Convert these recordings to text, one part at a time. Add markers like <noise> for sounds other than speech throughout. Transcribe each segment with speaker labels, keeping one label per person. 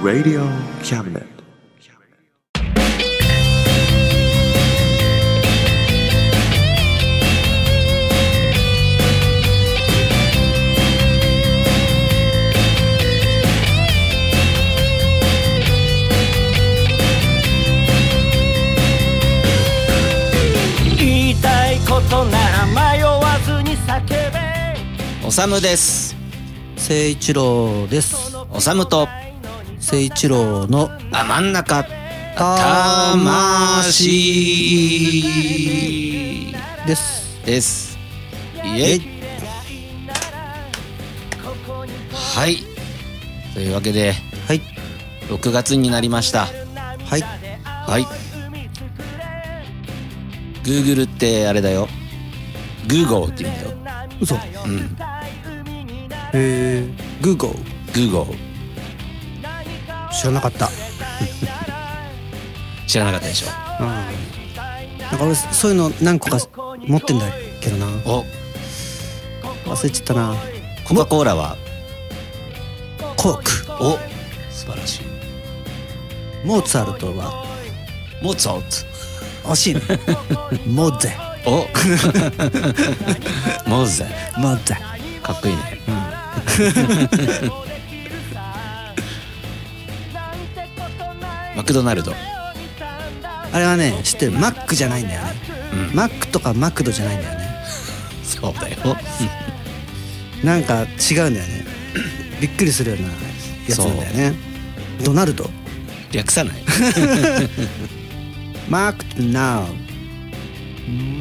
Speaker 1: Radio Cabinet.
Speaker 2: 言いたいことなら迷わずに叫べ
Speaker 3: おさむです
Speaker 4: 誠一郎です
Speaker 3: おさむと
Speaker 4: 誠一郎の
Speaker 3: あ真ん中魂
Speaker 4: です
Speaker 3: ですイエイはいというわけで
Speaker 4: はい
Speaker 3: 6月になりました
Speaker 4: はい
Speaker 3: はい Google ってあれだよ Google って言うんだよ
Speaker 4: 嘘
Speaker 3: うん
Speaker 4: えー、グーゴ
Speaker 3: Google
Speaker 4: 知らなかった
Speaker 3: 知らなかったでしょ
Speaker 4: うんなんか俺そういうの何個か持ってんだけどな
Speaker 3: お
Speaker 4: 忘れちゃったな
Speaker 3: コカ・コーラは
Speaker 4: コーク
Speaker 3: お素晴らしい
Speaker 4: モーツァルトは
Speaker 3: モーツァル
Speaker 4: 惜しいね <laughs> モーゼ
Speaker 3: トお <laughs> モーツァル
Speaker 4: モーゼ
Speaker 3: かっこいいね、マクドナルド
Speaker 4: あれはね知ってるマックじゃないんだよね、
Speaker 3: うん
Speaker 4: マックとかマクドじゃないんだよね
Speaker 3: そうだよ
Speaker 4: なんか違うんだよね <clears throat> びっくりするようなやつなんだよねドナルド
Speaker 3: 略さない
Speaker 4: マークトナウ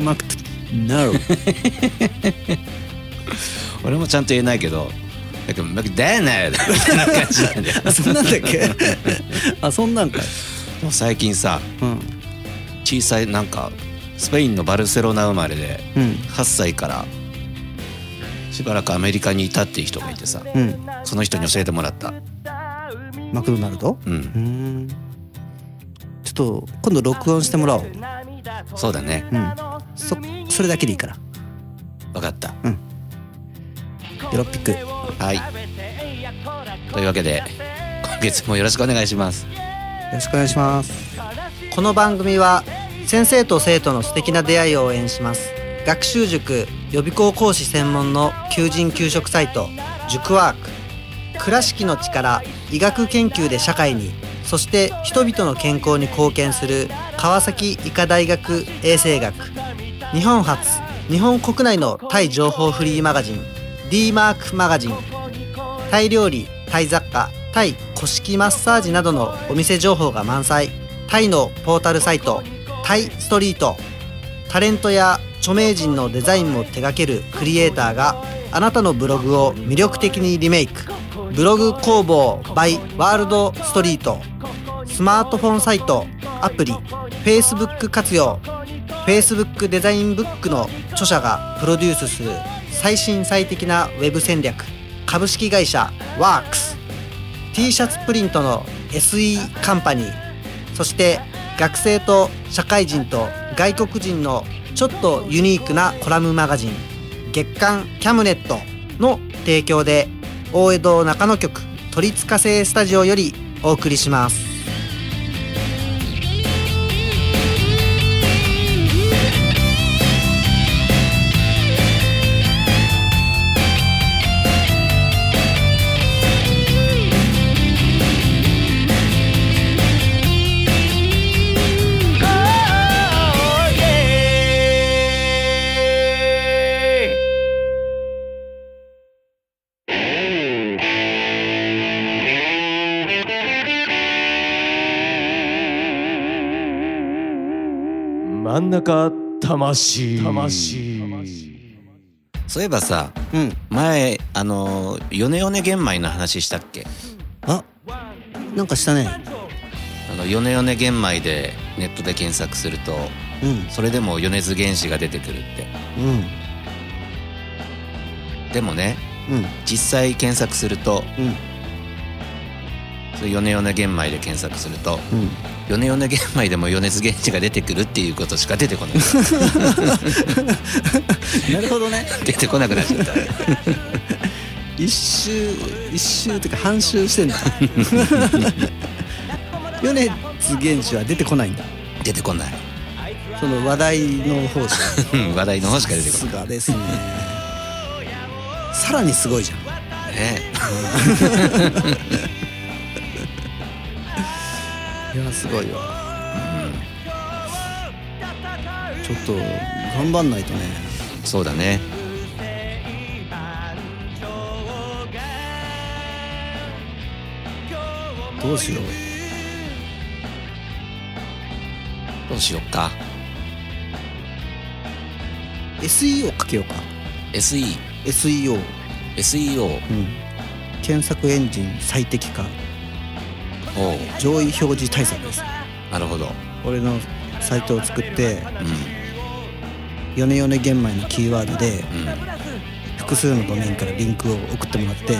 Speaker 4: マークトナウ
Speaker 3: 俺もちゃんと言えないけどなんかマクドナルドみたいな感じなんだよ
Speaker 4: あそんなんだっけあそんなんかい
Speaker 3: でも最近さ
Speaker 4: うん
Speaker 3: 小さいなんかスペインのバルセロナ生まれで
Speaker 4: うん
Speaker 3: 8歳からしばらくアメリカにいたっていう人がいてさ
Speaker 4: うん
Speaker 3: その人に教えてもらった
Speaker 4: マクドナルド
Speaker 3: う
Speaker 4: うんーんちょっと今度録音してもらおう
Speaker 3: そうだね
Speaker 4: うんそそれだけでいいから
Speaker 3: 分かった
Speaker 4: ヨロピック
Speaker 3: はいというわけで今月もよろしくお願いします
Speaker 4: よろしくお願いします
Speaker 5: この番組は先生と生徒の素敵な出会いを応援します学習塾予備校講師専門の求人・求職サイト塾ワーク倉敷の力医学研究で社会にそして人々の健康に貢献する川崎医科大学衛生学日本初日本国内のタイ情報フリーマガジン d マークマガジンタイ料理タイ雑貨タイ古式マッサージなどのお店情報が満載タイのポータルサイトタイストリートタレントや著名人のデザインも手掛けるクリエイターがあなたのブログを魅力的にリメイクブログ工房 by ワールドストリートスマートフォンサイトアプリ Facebook 活用 Facebook デザインブックの著者がプロデュースする最新最適なウェブ戦略株式会社 WorksT シャツプリントの SE カンパニーそして学生と社会人と外国人のちょっとユニークなコラムマガジン月刊キャムネットの提供で大江戸中野局鳥塚製スタジオよりお送りします。
Speaker 6: 真ん中魂
Speaker 3: そういえばさ
Speaker 4: うん
Speaker 3: 前あのヨネヨネ玄米の話したっけ
Speaker 4: あなんかしたね
Speaker 3: あのヨネヨネ玄米でネットで検索すると
Speaker 4: う
Speaker 3: それでも米津玄師が出てくるって
Speaker 4: んうん
Speaker 3: でもね
Speaker 4: うん
Speaker 3: 実際検索すると
Speaker 4: うん
Speaker 3: それヨネヨネ玄米で検索すると
Speaker 4: うん
Speaker 3: ヨネヨネ玄米でも米津玄師が出てくるっていうことしか出てこない
Speaker 4: <laughs> なるほどね
Speaker 3: 出てこなくなっちゃった
Speaker 4: 一周一周っていうか半周してんだ米津玄師は出てこないんだ
Speaker 3: 出てこない。
Speaker 4: その話題の方しか
Speaker 3: うん話題の方しか出てこ
Speaker 4: さすがですねさらにすごいじゃん
Speaker 3: ない。ね。
Speaker 4: いやすごいわ、ちょっと頑張んないとね
Speaker 3: そうだね。
Speaker 4: どうしよう
Speaker 3: どうしよっか。
Speaker 4: SEO かけようか
Speaker 3: SE、
Speaker 4: SEO、
Speaker 3: SEO を
Speaker 4: うん、検索エンジン最適化上位表示対策です
Speaker 3: なるほど。
Speaker 4: 俺のサイトを作って
Speaker 3: うん
Speaker 4: ヨネヨネ玄米のキーワードで
Speaker 3: うんうん。
Speaker 4: 複数のドメインからリンクを送ってもらって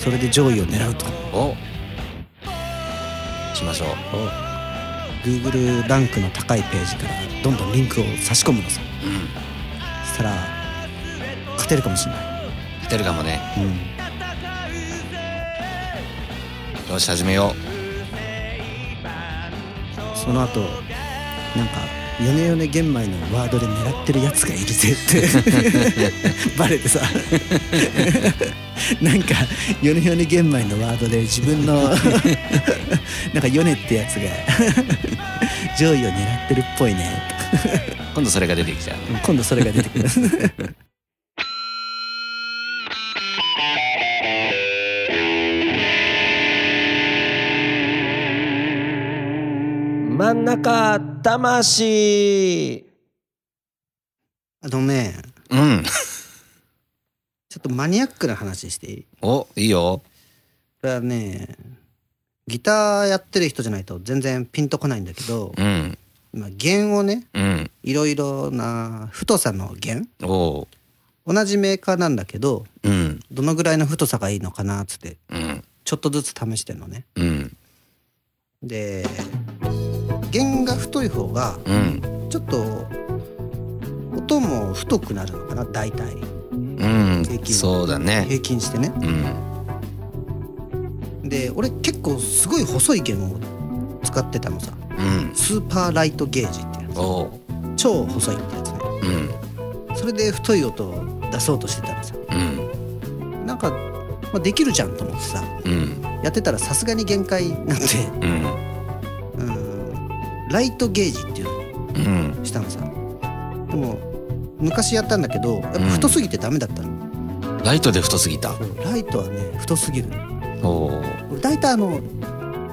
Speaker 4: それで上位を狙うと
Speaker 3: をしましょう。
Speaker 4: Google ランクの高いページからどんどんリンクを差し込むのさ
Speaker 3: うん。
Speaker 4: そしたら勝てるかもしれない、
Speaker 3: 勝てるかもね。
Speaker 4: うん、
Speaker 3: よし始めよ
Speaker 4: その後なんか「ヨネヨネ玄米のワードで狙ってるやつがいるぜ」っ
Speaker 3: <laughs>
Speaker 4: てバレてさなんか「ヨネヨネ玄米のワードで自分
Speaker 3: <laughs>
Speaker 4: のなんかヨネってやつが上位を狙ってるっぽいね
Speaker 3: う。今度それが出てきちゃう。
Speaker 4: 今度それが出てくる
Speaker 6: 真ん中魂
Speaker 4: あのね
Speaker 3: うん。
Speaker 4: ちょっとマニアックな話していい
Speaker 3: お、いいよ。
Speaker 4: これはねギターやってる人じゃないと全然ピンとこないんだけど
Speaker 3: うん。
Speaker 4: 今弦をね
Speaker 3: うん。
Speaker 4: いろいろな太さの弦
Speaker 3: お
Speaker 4: 同じメーカーなんだけど
Speaker 3: う。うん。
Speaker 4: どのぐらいの太さがいいのかなっつって
Speaker 3: うん。
Speaker 4: ちょっとずつ試してんのね
Speaker 3: うん。
Speaker 4: で弦が太い方が
Speaker 3: うん。
Speaker 4: ちょっと音も太くなるのかな大体平
Speaker 3: うん。
Speaker 4: 均
Speaker 3: そうだね。
Speaker 4: 平均してね
Speaker 3: うん。
Speaker 4: で俺結構すごい細い弦を使ってたのさ
Speaker 3: うん。
Speaker 4: スーパーライトゲージってやつ
Speaker 3: おう。
Speaker 4: 超細いってやつね
Speaker 3: うん。
Speaker 4: それで太い音を出そうとしてたらさ
Speaker 3: うん。
Speaker 4: なんか、まあ、できるじゃんと思ってさ
Speaker 3: うん。
Speaker 4: やってたらさすがに限界なんで
Speaker 3: うん。
Speaker 4: うんライトゲージっていうの
Speaker 3: うん。
Speaker 4: をしたのさでも昔やったんだけどやっぱ太すぎてダメだったの、
Speaker 3: ライトで太すぎた。
Speaker 4: ライトはね太すぎるの
Speaker 3: おう。
Speaker 4: 俺大体あの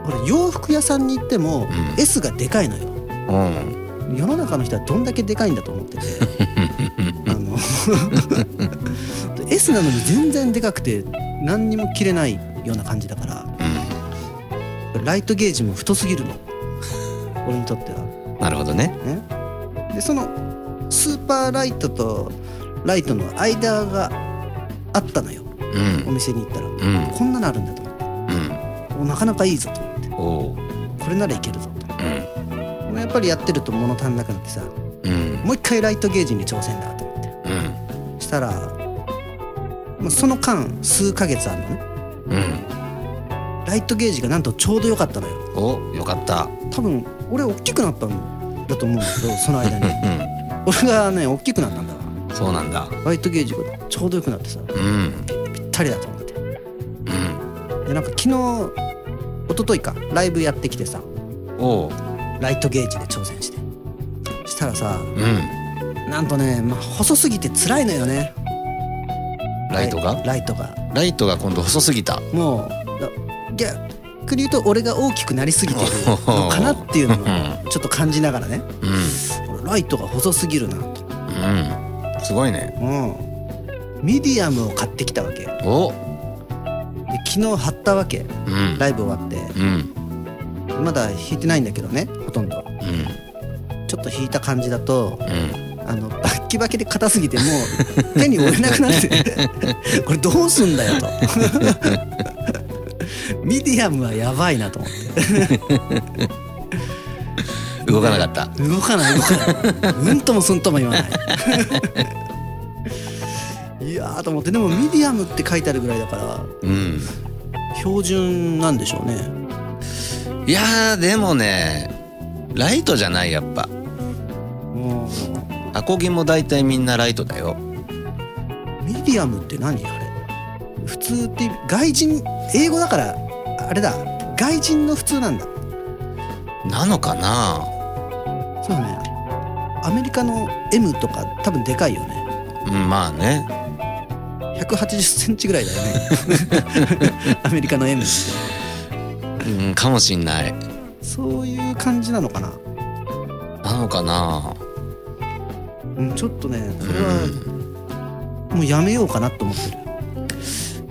Speaker 4: 俺洋服屋さんに行っても
Speaker 3: ん
Speaker 4: S がでかいのよ
Speaker 3: うん。
Speaker 4: 世の中の人はどんだけでかいんだと思っててあの S なのに全然でかくて何にも切れないような感じだから
Speaker 3: う
Speaker 4: ライトゲージも太すぎるの俺にとっては
Speaker 3: ん。なるほどね。
Speaker 4: ね、でそのスーパーライトとライトの間があったのよ
Speaker 3: う
Speaker 4: お
Speaker 3: ん。
Speaker 4: 店に行ったら、
Speaker 3: ん
Speaker 4: こんなのあるんだと思って
Speaker 3: うん。
Speaker 4: おなかなかいいぞと思って
Speaker 3: おう。
Speaker 4: これならいけるぞと思っ
Speaker 3: うん。
Speaker 4: てでもやっぱりやってると物足んなくなってさも
Speaker 3: うん。
Speaker 4: う一回ライトゲージに挑戦だと思って
Speaker 3: うん。
Speaker 4: したら、まあ、その間数ヶ月あるのね
Speaker 3: うん。
Speaker 4: ライトゲージがなんとちょうど良かったのよ
Speaker 3: お、よかった。
Speaker 4: 多分俺大きくなったんだと思うんだけどその
Speaker 3: <laughs>
Speaker 4: 間に
Speaker 3: う
Speaker 4: 俺がね大きくなったんだわ
Speaker 3: ん。そうなんだ。
Speaker 4: ライトゲージがちょうど良くなってさ
Speaker 3: うん。
Speaker 4: ぴったりだと思って
Speaker 3: うん。
Speaker 4: でなんか昨日一昨日かライブやってきてさ
Speaker 3: おう。
Speaker 4: ライトゲージで挑戦してしたらさ
Speaker 3: うん。
Speaker 4: なんとね、まあ、細すぎて辛いのよね
Speaker 3: ライトが
Speaker 4: ライライトが
Speaker 3: ライトが今度細すぎた。
Speaker 4: もういや逆に言うと俺が大きくなりすぎてるのかなっていうのもちょっと感じながらね
Speaker 3: うん。
Speaker 4: ライトが細すぎるなと
Speaker 3: うん。すごいね。
Speaker 4: うんミディアムを買ってきたわけで
Speaker 3: お。
Speaker 4: 昨日貼ったわけ
Speaker 3: うん。
Speaker 4: ライブ終わって
Speaker 3: うん。
Speaker 4: まだ弾いてないんだけどねほとんど
Speaker 3: うん。
Speaker 4: ちょっと弾いた感じだと
Speaker 3: うん。
Speaker 4: あのバッキバキで硬すぎてもう手に負えなくなってこれどうすんだよと <laughs> ミディアムはやばいなと思っ
Speaker 3: 動かなかった。
Speaker 4: て動かない動かないうんともすんとも言わないいやーと思ってでもミディアムって書いてあるぐらいだから
Speaker 3: うん
Speaker 4: 標準なんでしょうね
Speaker 3: いやーでもねライトじゃないやっぱ
Speaker 4: うん
Speaker 3: アコギも大体みんなライトだよ
Speaker 4: ミディアムって何あれ普通って外人英語だからあれだ外人の普通なんだ
Speaker 3: なのかな
Speaker 4: そうねアメリカの M とか多分でかいよね
Speaker 3: うんまあね
Speaker 4: 1 8 0ンチぐらいだよ <laughs> ねアメリカの M
Speaker 3: うんかもしんない
Speaker 4: そういう感じなのかな、
Speaker 3: なのかな
Speaker 4: うん、ちょっとね
Speaker 3: う
Speaker 4: それは
Speaker 3: ん
Speaker 4: もうやめようかなと思ってる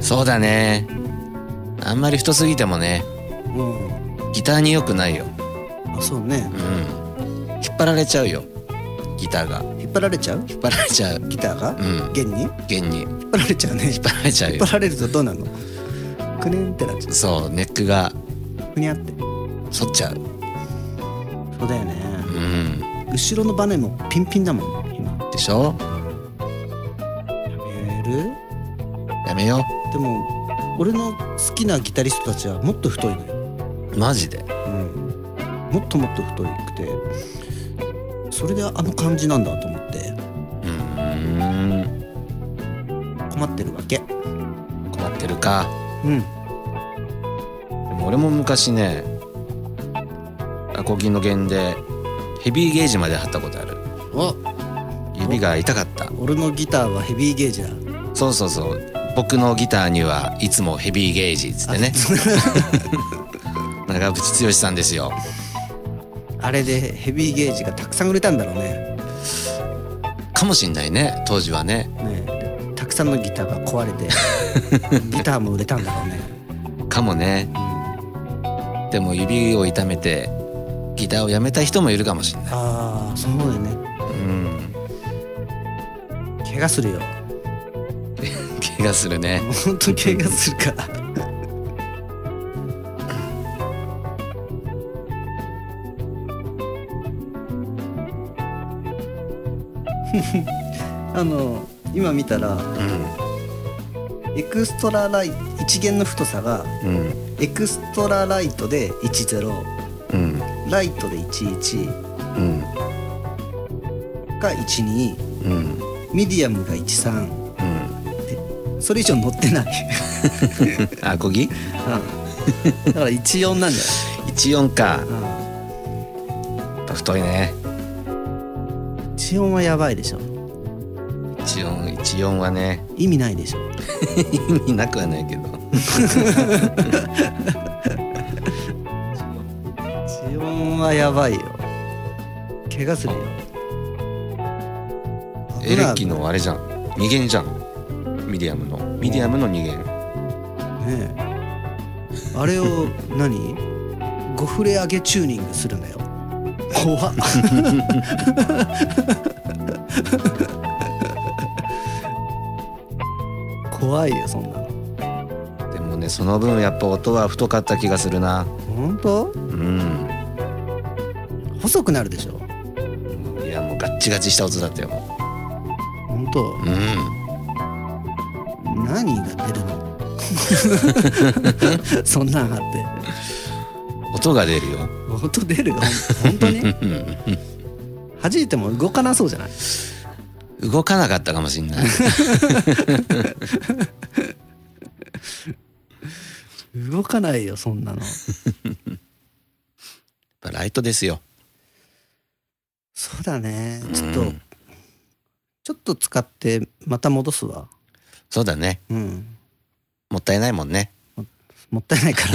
Speaker 3: そうだねあんまり太すぎてもね
Speaker 4: うん
Speaker 3: ギターに良くないよ
Speaker 4: あそうね
Speaker 3: うん引っ張られちゃうよギターが
Speaker 4: 引っ張られちゃう
Speaker 3: 引っ張られちゃう
Speaker 4: ギターが
Speaker 3: うん
Speaker 4: 弦に引っ
Speaker 3: 弦に引っ
Speaker 4: 張られちゃうね
Speaker 3: 張られちゃう
Speaker 4: 引っ
Speaker 3: よ
Speaker 4: 張られるとどうなるのくねんってなっちゃ
Speaker 3: そうネックが
Speaker 4: うふにゃって
Speaker 3: 反っちゃう
Speaker 4: そうだよね
Speaker 3: うん
Speaker 4: 後ろのバネもピンピンだもん今
Speaker 3: でしょ
Speaker 4: やめる
Speaker 3: やめよ
Speaker 4: でも俺の好きなギタリストたちはもっと太いのよ
Speaker 3: うマジで
Speaker 4: うん、もっともっと太くてそれであの感じなんだと思って
Speaker 3: うん
Speaker 4: 困ってるわけ
Speaker 3: 困ってるか
Speaker 4: うん
Speaker 3: でも俺も昔ねアコギの弦でヘビーゲージまで張ったことある
Speaker 4: お
Speaker 3: 指が痛かった
Speaker 4: 俺のギターはヘビーゲージだ
Speaker 3: そうそうそう僕のギターにはいつもヘビーゲージっつってね長渕剛さんですよ
Speaker 4: あれでヘビーゲージがたくさん売れたんだろうね
Speaker 3: かもしんないね当時はね
Speaker 4: ねえでたくさんのギターが壊れて <laughs> ギターも売れたんだろうね、
Speaker 3: かもね
Speaker 4: うん、
Speaker 3: でも指を痛めてギターをやめた人もいるかもしんない
Speaker 4: ああそうだよね
Speaker 3: うん
Speaker 4: 怪我するよ
Speaker 3: 気がするね
Speaker 4: 本当怪我するから <laughs> あの今見たらエクストラライ一弦の太さが
Speaker 3: うん
Speaker 4: エクストラライトで10
Speaker 3: うん
Speaker 4: ライトで11
Speaker 3: うん
Speaker 4: が12
Speaker 3: うんうん
Speaker 4: ミディアムが13
Speaker 3: うん
Speaker 4: それ以上乗ってない、
Speaker 3: アコギ
Speaker 4: <laughs> うん、だから14なんだよ、
Speaker 3: 14か
Speaker 4: うん
Speaker 3: 太いね
Speaker 4: 地音はやばいでしょ
Speaker 3: 14 14はね
Speaker 4: 意味ないでしょ
Speaker 3: 意味なくはないけど
Speaker 4: 地音はやばいよ怪我するよ
Speaker 3: エレキのあれじゃん二弦じゃんミディアムのミディアムの二弦
Speaker 4: ねえあれ <laughs> を何ゴフレ上げチューニングするんだよ怖っ <laughs> 怖いよそんなの
Speaker 3: でもねその分やっぱ音は太かった気がするな
Speaker 4: 本当
Speaker 3: うん
Speaker 4: 細くなるでしょ
Speaker 3: いやもうガッチガチした音だったよも
Speaker 4: 本当
Speaker 3: ううん
Speaker 4: 何が出るの <laughs> そんなんあって
Speaker 3: 音が出るよ
Speaker 4: 音出るよ本当に
Speaker 3: うん
Speaker 4: 弾いても動かなそうじゃない
Speaker 3: 動かなかったかもし
Speaker 4: <laughs>
Speaker 3: んない
Speaker 4: 動かないよそんなの
Speaker 3: ライトですよ
Speaker 4: そうだね
Speaker 3: うん
Speaker 4: ちょっと、ちょっと使ってまた戻すわ
Speaker 3: そうだね
Speaker 4: うん
Speaker 3: もったいないもんね
Speaker 4: もったいないから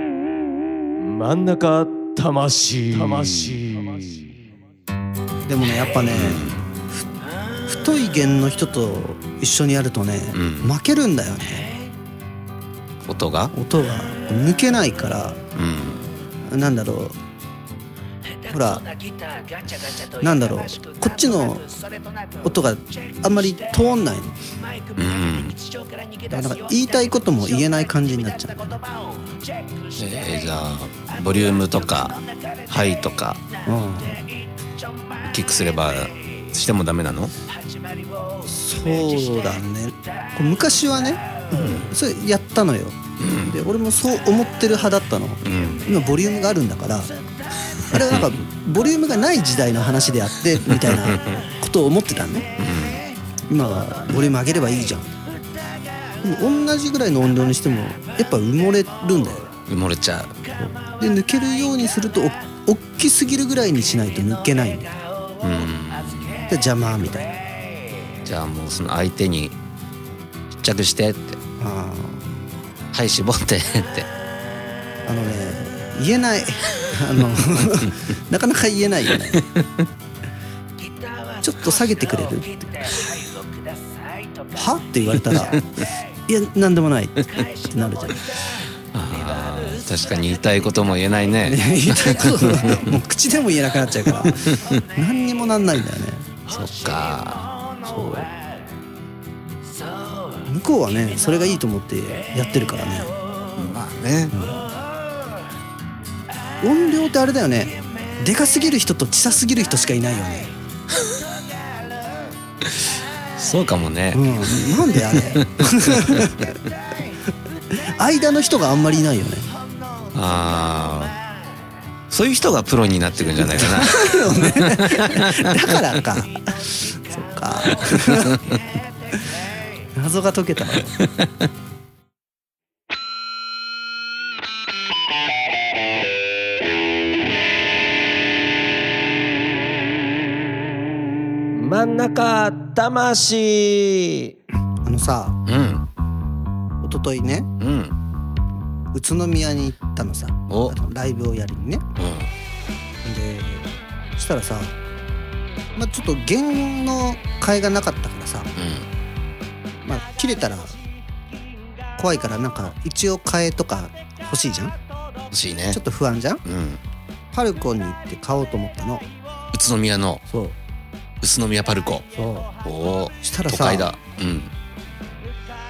Speaker 6: 真ん中魂魂
Speaker 4: <laughs> でもねやっぱね、ふ太い弦の人と一緒にやるとね、
Speaker 3: うん
Speaker 4: 負けるんだよね
Speaker 3: 音が
Speaker 4: 音が抜けないから
Speaker 3: うん
Speaker 4: なんだろうほらなんだろうこっちの音があんまり通んないの
Speaker 3: うん
Speaker 4: だからなんか言いたいことも言えない感じになっちゃう
Speaker 3: えーじゃあボリュームとかハイとか
Speaker 4: うん
Speaker 3: キックすればしてもダメなの
Speaker 4: そうだねこれ昔はね、それやったのよ、で俺もそう思ってる派だったの、
Speaker 3: うん
Speaker 4: 今ボリュームがあるんだからあれはなんかボリュームがない時代の話であってみたいなことを思ってたのね今はボリューム上げればいいじゃんでも同じぐらいの音量にしてもやっぱ埋もれるんだよ
Speaker 3: 埋もれちゃう
Speaker 4: で抜けるようにするとお大きすぎるぐらいにしないと抜けないんだよで邪魔みたいな
Speaker 3: じゃあもうその相手に「ち着して」って
Speaker 4: あ
Speaker 3: 「はい
Speaker 4: <laughs>
Speaker 3: 絞って」って
Speaker 4: ーあのね言えない <laughs> あのなかなか言えないよねちょっと下げてくれるってはって言われたら <laughs> 「いや何でもない」ってなるじゃん
Speaker 3: あー確かに言いたいことも言えないね
Speaker 4: 言いたいことがもう口でも言えなくなっちゃうから何にもなんないんだよね
Speaker 3: そっか
Speaker 4: そう向こうはねそれがいいと思ってやってるからね
Speaker 3: まあね
Speaker 4: 音量ってあれだよねでかすぎる人と小さすぎる人しかいないよね
Speaker 3: そうかもね
Speaker 4: うんなんであれ間の人があんまりいないよね
Speaker 3: あーそういう人がプロになってくんじゃないかな
Speaker 4: だからかそっか謎が解けたわ
Speaker 6: 真ん中魂
Speaker 4: あのさ <laughs>
Speaker 3: うん
Speaker 4: 一昨日ね
Speaker 3: うん
Speaker 4: 宇都宮に行ったのさ
Speaker 3: お
Speaker 4: あのライブをやりにねでそしたらさ、まあ、ちょっと弦の替えがなかったからさ、
Speaker 3: う
Speaker 4: まあ、切れたら怖いからなんか一応替えとか欲しいじゃん
Speaker 3: ん欲しいね
Speaker 4: ちょっと不安じゃん
Speaker 3: うん
Speaker 4: パルコに行って買おうと思ったの
Speaker 3: 宇都宮の
Speaker 4: そう
Speaker 3: 宇都宮パルコ
Speaker 4: そ
Speaker 3: おお
Speaker 4: したらさ
Speaker 3: 都会だうん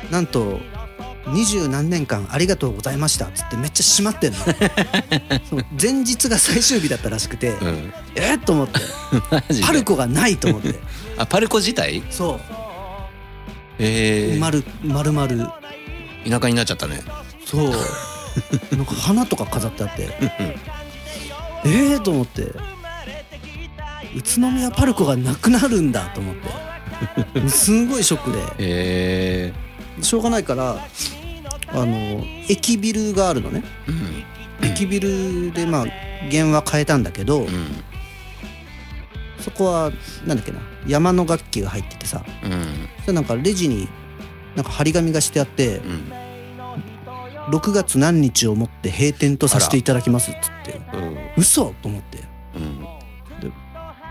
Speaker 4: うなんと二十何年間ありがとうございましたっつってめっちゃ閉まってんの
Speaker 3: <laughs>
Speaker 4: その前日が最終日だったらしくて、 <laughs>
Speaker 3: うん
Speaker 4: えっと思って
Speaker 3: マジで
Speaker 4: パルコがないと思
Speaker 3: <laughs>
Speaker 4: って
Speaker 3: あパルコ自体
Speaker 4: そう
Speaker 3: ええ
Speaker 4: 丸丸々
Speaker 3: 田舎になっちゃったね
Speaker 4: そう
Speaker 3: <laughs>
Speaker 4: なんか花とか飾ってあってええと思って宇都宮パルコがなくなるんだと思
Speaker 3: <laughs>
Speaker 4: ってすんごいショックで
Speaker 3: え
Speaker 4: しょうがないからあの駅ビルがあるのね
Speaker 3: えうん
Speaker 4: 駅ビルでまあ弦は変えたんだけど、
Speaker 3: うん
Speaker 4: そこはなんだっけな山の楽器が入っててさ
Speaker 3: うん
Speaker 4: それなんかレジになんか張り紙がしてあって
Speaker 3: うん
Speaker 4: 「6月何日をもって閉店とさせていただきます」っつって
Speaker 3: うん
Speaker 4: 嘘と思って
Speaker 3: うん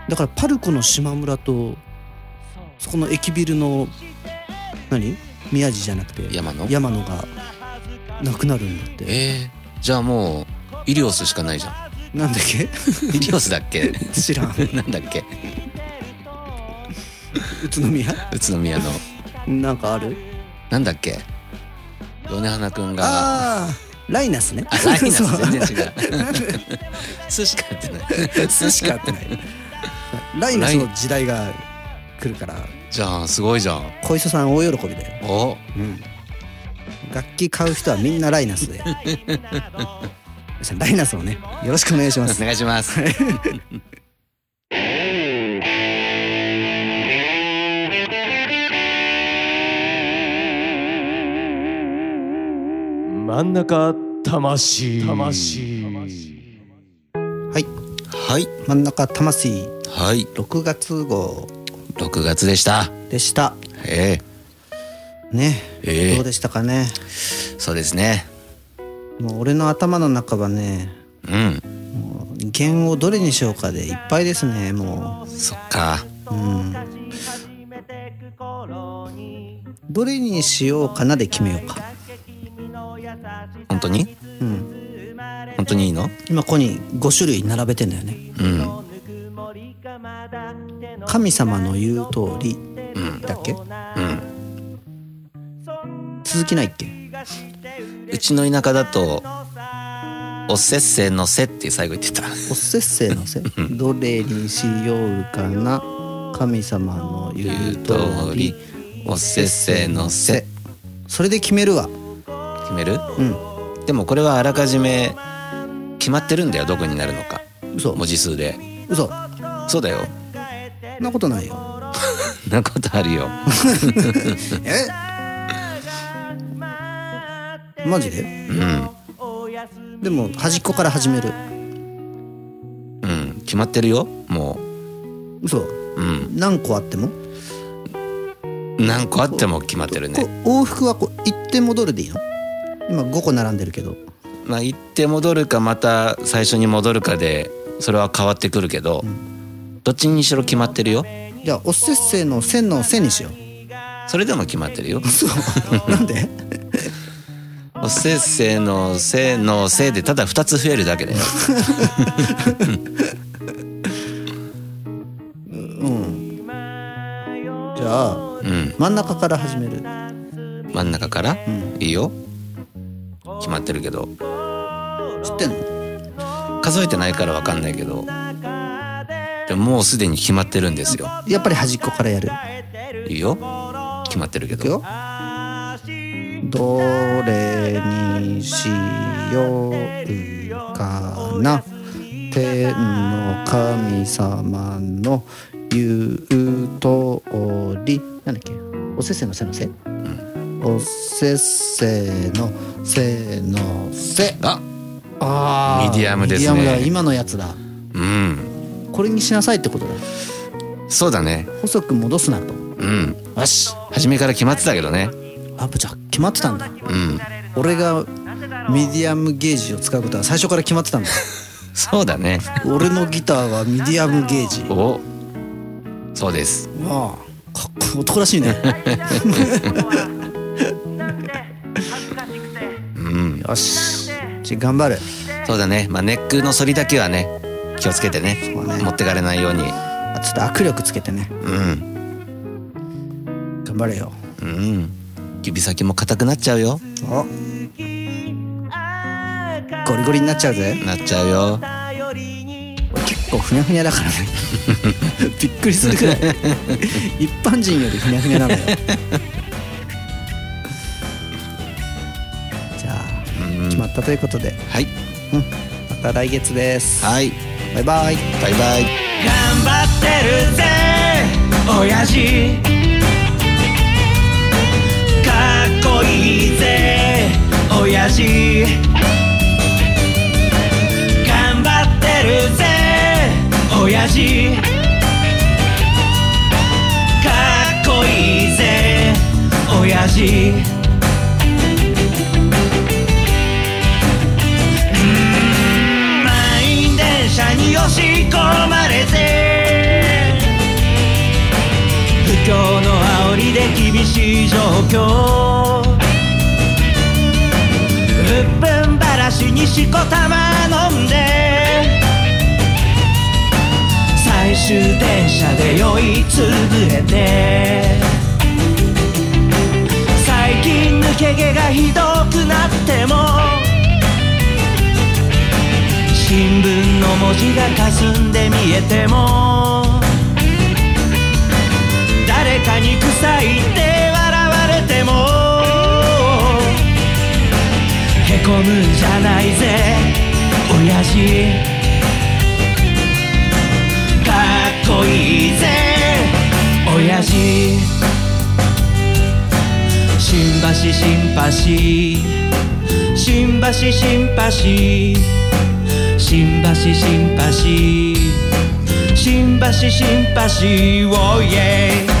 Speaker 4: だからパルコの島村とそこの駅ビルの何宮地じゃなくて
Speaker 3: 山の
Speaker 4: 山野がなくなるんだって
Speaker 3: ええじゃあもうイリオスしかないじ
Speaker 4: <laughs>
Speaker 3: ゃ
Speaker 4: なんだっけ
Speaker 3: んイリオスだっけ
Speaker 4: <laughs>
Speaker 3: <laughs>
Speaker 4: 知らん
Speaker 3: なんだっけ
Speaker 4: 宇都宮
Speaker 3: 宇都宮の
Speaker 4: なんかある
Speaker 3: なんだっけ米花くんが
Speaker 4: ああライナスね
Speaker 3: あライナス全然違う <laughs>
Speaker 4: 違
Speaker 3: 寿司買ってない
Speaker 4: う寿司かってないライナスの時代が来るから
Speaker 3: じゃあすごいじゃん
Speaker 4: 小磯さん大喜びだよ、
Speaker 3: お
Speaker 4: 楽器買う人はみんなライナスで <laughs> ライナスをねよろしくお願いします
Speaker 3: お願いします
Speaker 6: 真ん中魂魂
Speaker 4: はい
Speaker 3: はい
Speaker 4: 真ん中魂
Speaker 3: はい
Speaker 4: 6月号
Speaker 3: 6月でした
Speaker 4: でした
Speaker 3: え
Speaker 4: ね、
Speaker 3: ええ
Speaker 4: どうでしたかね
Speaker 3: えそうですね
Speaker 4: もう俺の頭の中はね、
Speaker 3: うん
Speaker 4: もう弦をどれにしようかでいっぱいですねも
Speaker 3: そっか
Speaker 4: う、うん、どれにしようかなで決めようか、
Speaker 3: 本当に
Speaker 4: うん、
Speaker 3: 本当にいいの
Speaker 4: 今ここに5種類並べてんだよね
Speaker 3: うん
Speaker 4: 神様の言う通りだっけ、
Speaker 3: うん
Speaker 4: 続きないっけ
Speaker 3: うちの田舎だとおせっせのせって最後言ってた
Speaker 4: おせっせのせどれにしようかな神様の言
Speaker 3: 言う
Speaker 4: う
Speaker 3: 通
Speaker 4: 通
Speaker 3: り
Speaker 4: り
Speaker 3: おせっせのせ
Speaker 4: それで決めるわ
Speaker 3: 決める
Speaker 4: うん
Speaker 3: でもこれはあらかじめ決まってるんだよどこになるのか
Speaker 4: 嘘
Speaker 3: 文字数で
Speaker 4: 嘘そん
Speaker 3: そうだよ
Speaker 4: なことないよ
Speaker 3: そんなことあるよ
Speaker 4: えマジで
Speaker 3: うん
Speaker 4: でも端っこから始める
Speaker 3: うん決まってるよも
Speaker 4: 嘘
Speaker 3: ううん
Speaker 4: 何個あっても、
Speaker 3: 何個あっても決まってる
Speaker 4: こ
Speaker 3: ね
Speaker 4: う往復はこう行って戻るでいいの今5個並んでるけど
Speaker 3: まあ行って戻るかまた最初に戻るかでそれは変わってくるけど、どっちにしろ決まってるよ
Speaker 4: じゃあおせっせの線の線にしよう
Speaker 3: それでも決まってるよ
Speaker 4: なんで
Speaker 3: おせっせのせのせでただ2つ増えるだけだよ
Speaker 4: うんじゃあ
Speaker 3: うん
Speaker 4: 真ん中から始める
Speaker 3: 真ん中から、
Speaker 4: ん
Speaker 3: いいよ決まってるけど
Speaker 4: 知ってんの
Speaker 3: 数えてないからわかんないけどでももうすでに決まってるんですよ
Speaker 4: やっぱり端っこからやる
Speaker 3: いいよ決まってるけ
Speaker 4: いく
Speaker 3: ど
Speaker 4: よどれにしようかな天の神様の言う通りなんだっけおせっせのせのせ、おせっせのせのせ
Speaker 3: あ
Speaker 4: あー
Speaker 3: ミディアムですね
Speaker 4: ミディアムだ今のやつだ
Speaker 3: うん
Speaker 4: これにしなさいってことだ
Speaker 3: そうだね
Speaker 4: 細く戻すなと
Speaker 3: うん
Speaker 4: よし
Speaker 3: 初めから決まってたけどね
Speaker 4: あぶちゃん決まってたんだ
Speaker 3: うん
Speaker 4: 俺がミディアムゲージを使うことは最初から決まってたんだ
Speaker 3: <laughs> そうだね
Speaker 4: 俺のギターはミディアムゲージ
Speaker 3: おそうです
Speaker 4: わあかっこいい男らしいね
Speaker 3: うん
Speaker 4: よしじゃあ頑張る
Speaker 3: そうだねまあネックの反りだけはね気をつけてね
Speaker 4: そうね
Speaker 3: 持ってかれないように
Speaker 4: あちょっと握力つけてね
Speaker 3: うん
Speaker 4: 頑張れよ
Speaker 3: うん指先も硬くなっちゃうよ
Speaker 4: おゴリゴリになっちゃうぜ
Speaker 3: なっちゃうよ
Speaker 4: 俺結構ふにゃふにゃだからね <laughs> びっくりするくらい一般人よりふにゃふにゃなのよじゃあ決まったということで
Speaker 3: はい
Speaker 4: また来月です
Speaker 3: はい
Speaker 4: バイバイ
Speaker 3: バイバイ
Speaker 2: 頑張ってるぜ親父かっこいいぜ親父頑張ってるぜ親父かっこいいぜ親父満員電車に押し込まれて不況の煽りで厳しい状況うっぷんばらしにしこたま飲んで最終電車で酔いつぶれて最近抜け毛がひどくなっても新聞の文字が霞んで見えても誰かに臭いって笑われてもへこむんじゃないぜ親父かっこいいぜ親父新橋新橋新橋新橋新橋新橋新橋新橋をイエイ
Speaker 7: 「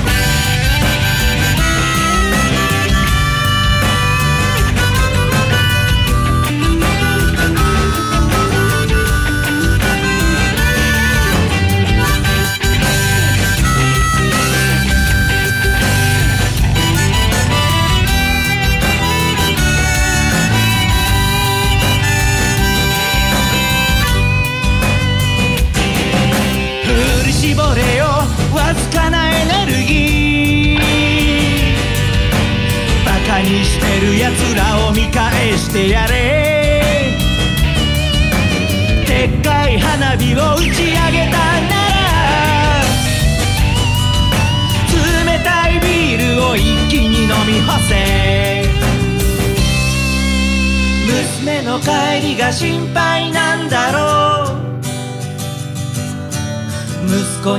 Speaker 2: 奴らを見返してやれでっかい花火を打ち上げたなら冷たいビールを一気に飲み干せ娘の帰りが心配なんだろう息子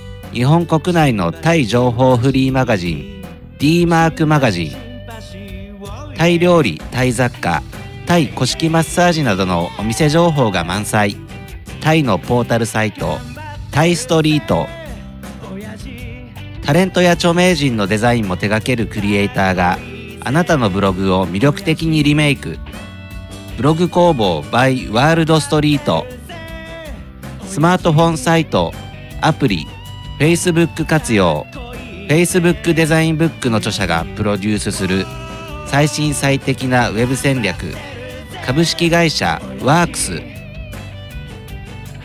Speaker 3: 日本国内のタイ情報フリーマガジン D マークマガジンタイ料理タイ雑貨タイ古式マッサージなどのお店情報が満載タイのポータルサイトタイストリートタレントや著名人のデザインも手掛けるクリエイターがあなたのブログを魅力的にリメイクブログ工房 by ワールドストリートスマートフォンサイトアプリ Facebook 活用 Facebook デザインブックの著者がプロデュースする最新最適なウェブ戦略株式会社ワークス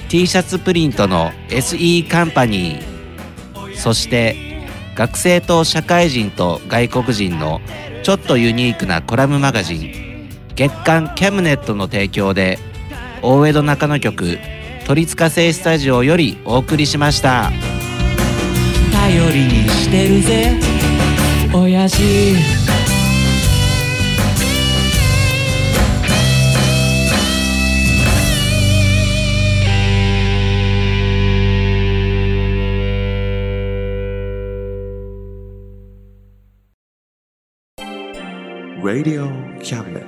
Speaker 3: t シャツプリントの SE カンパニーそして学生と社会人と外国人のちょっとユニークなコラムマガジン月刊キャムネットの提供で大江戸中野局鳥塚製スタジオよりお送りしました。
Speaker 2: 頼りにしてるぜ親父
Speaker 1: Radio Cabinet.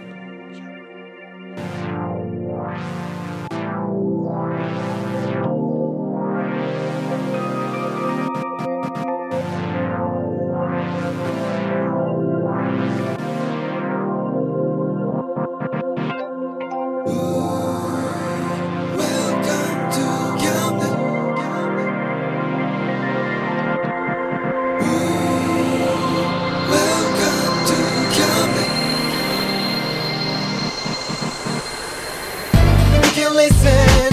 Speaker 7: We can listen,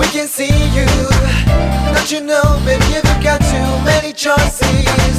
Speaker 7: we can see you. Don't you know, baby, you've got too many choices.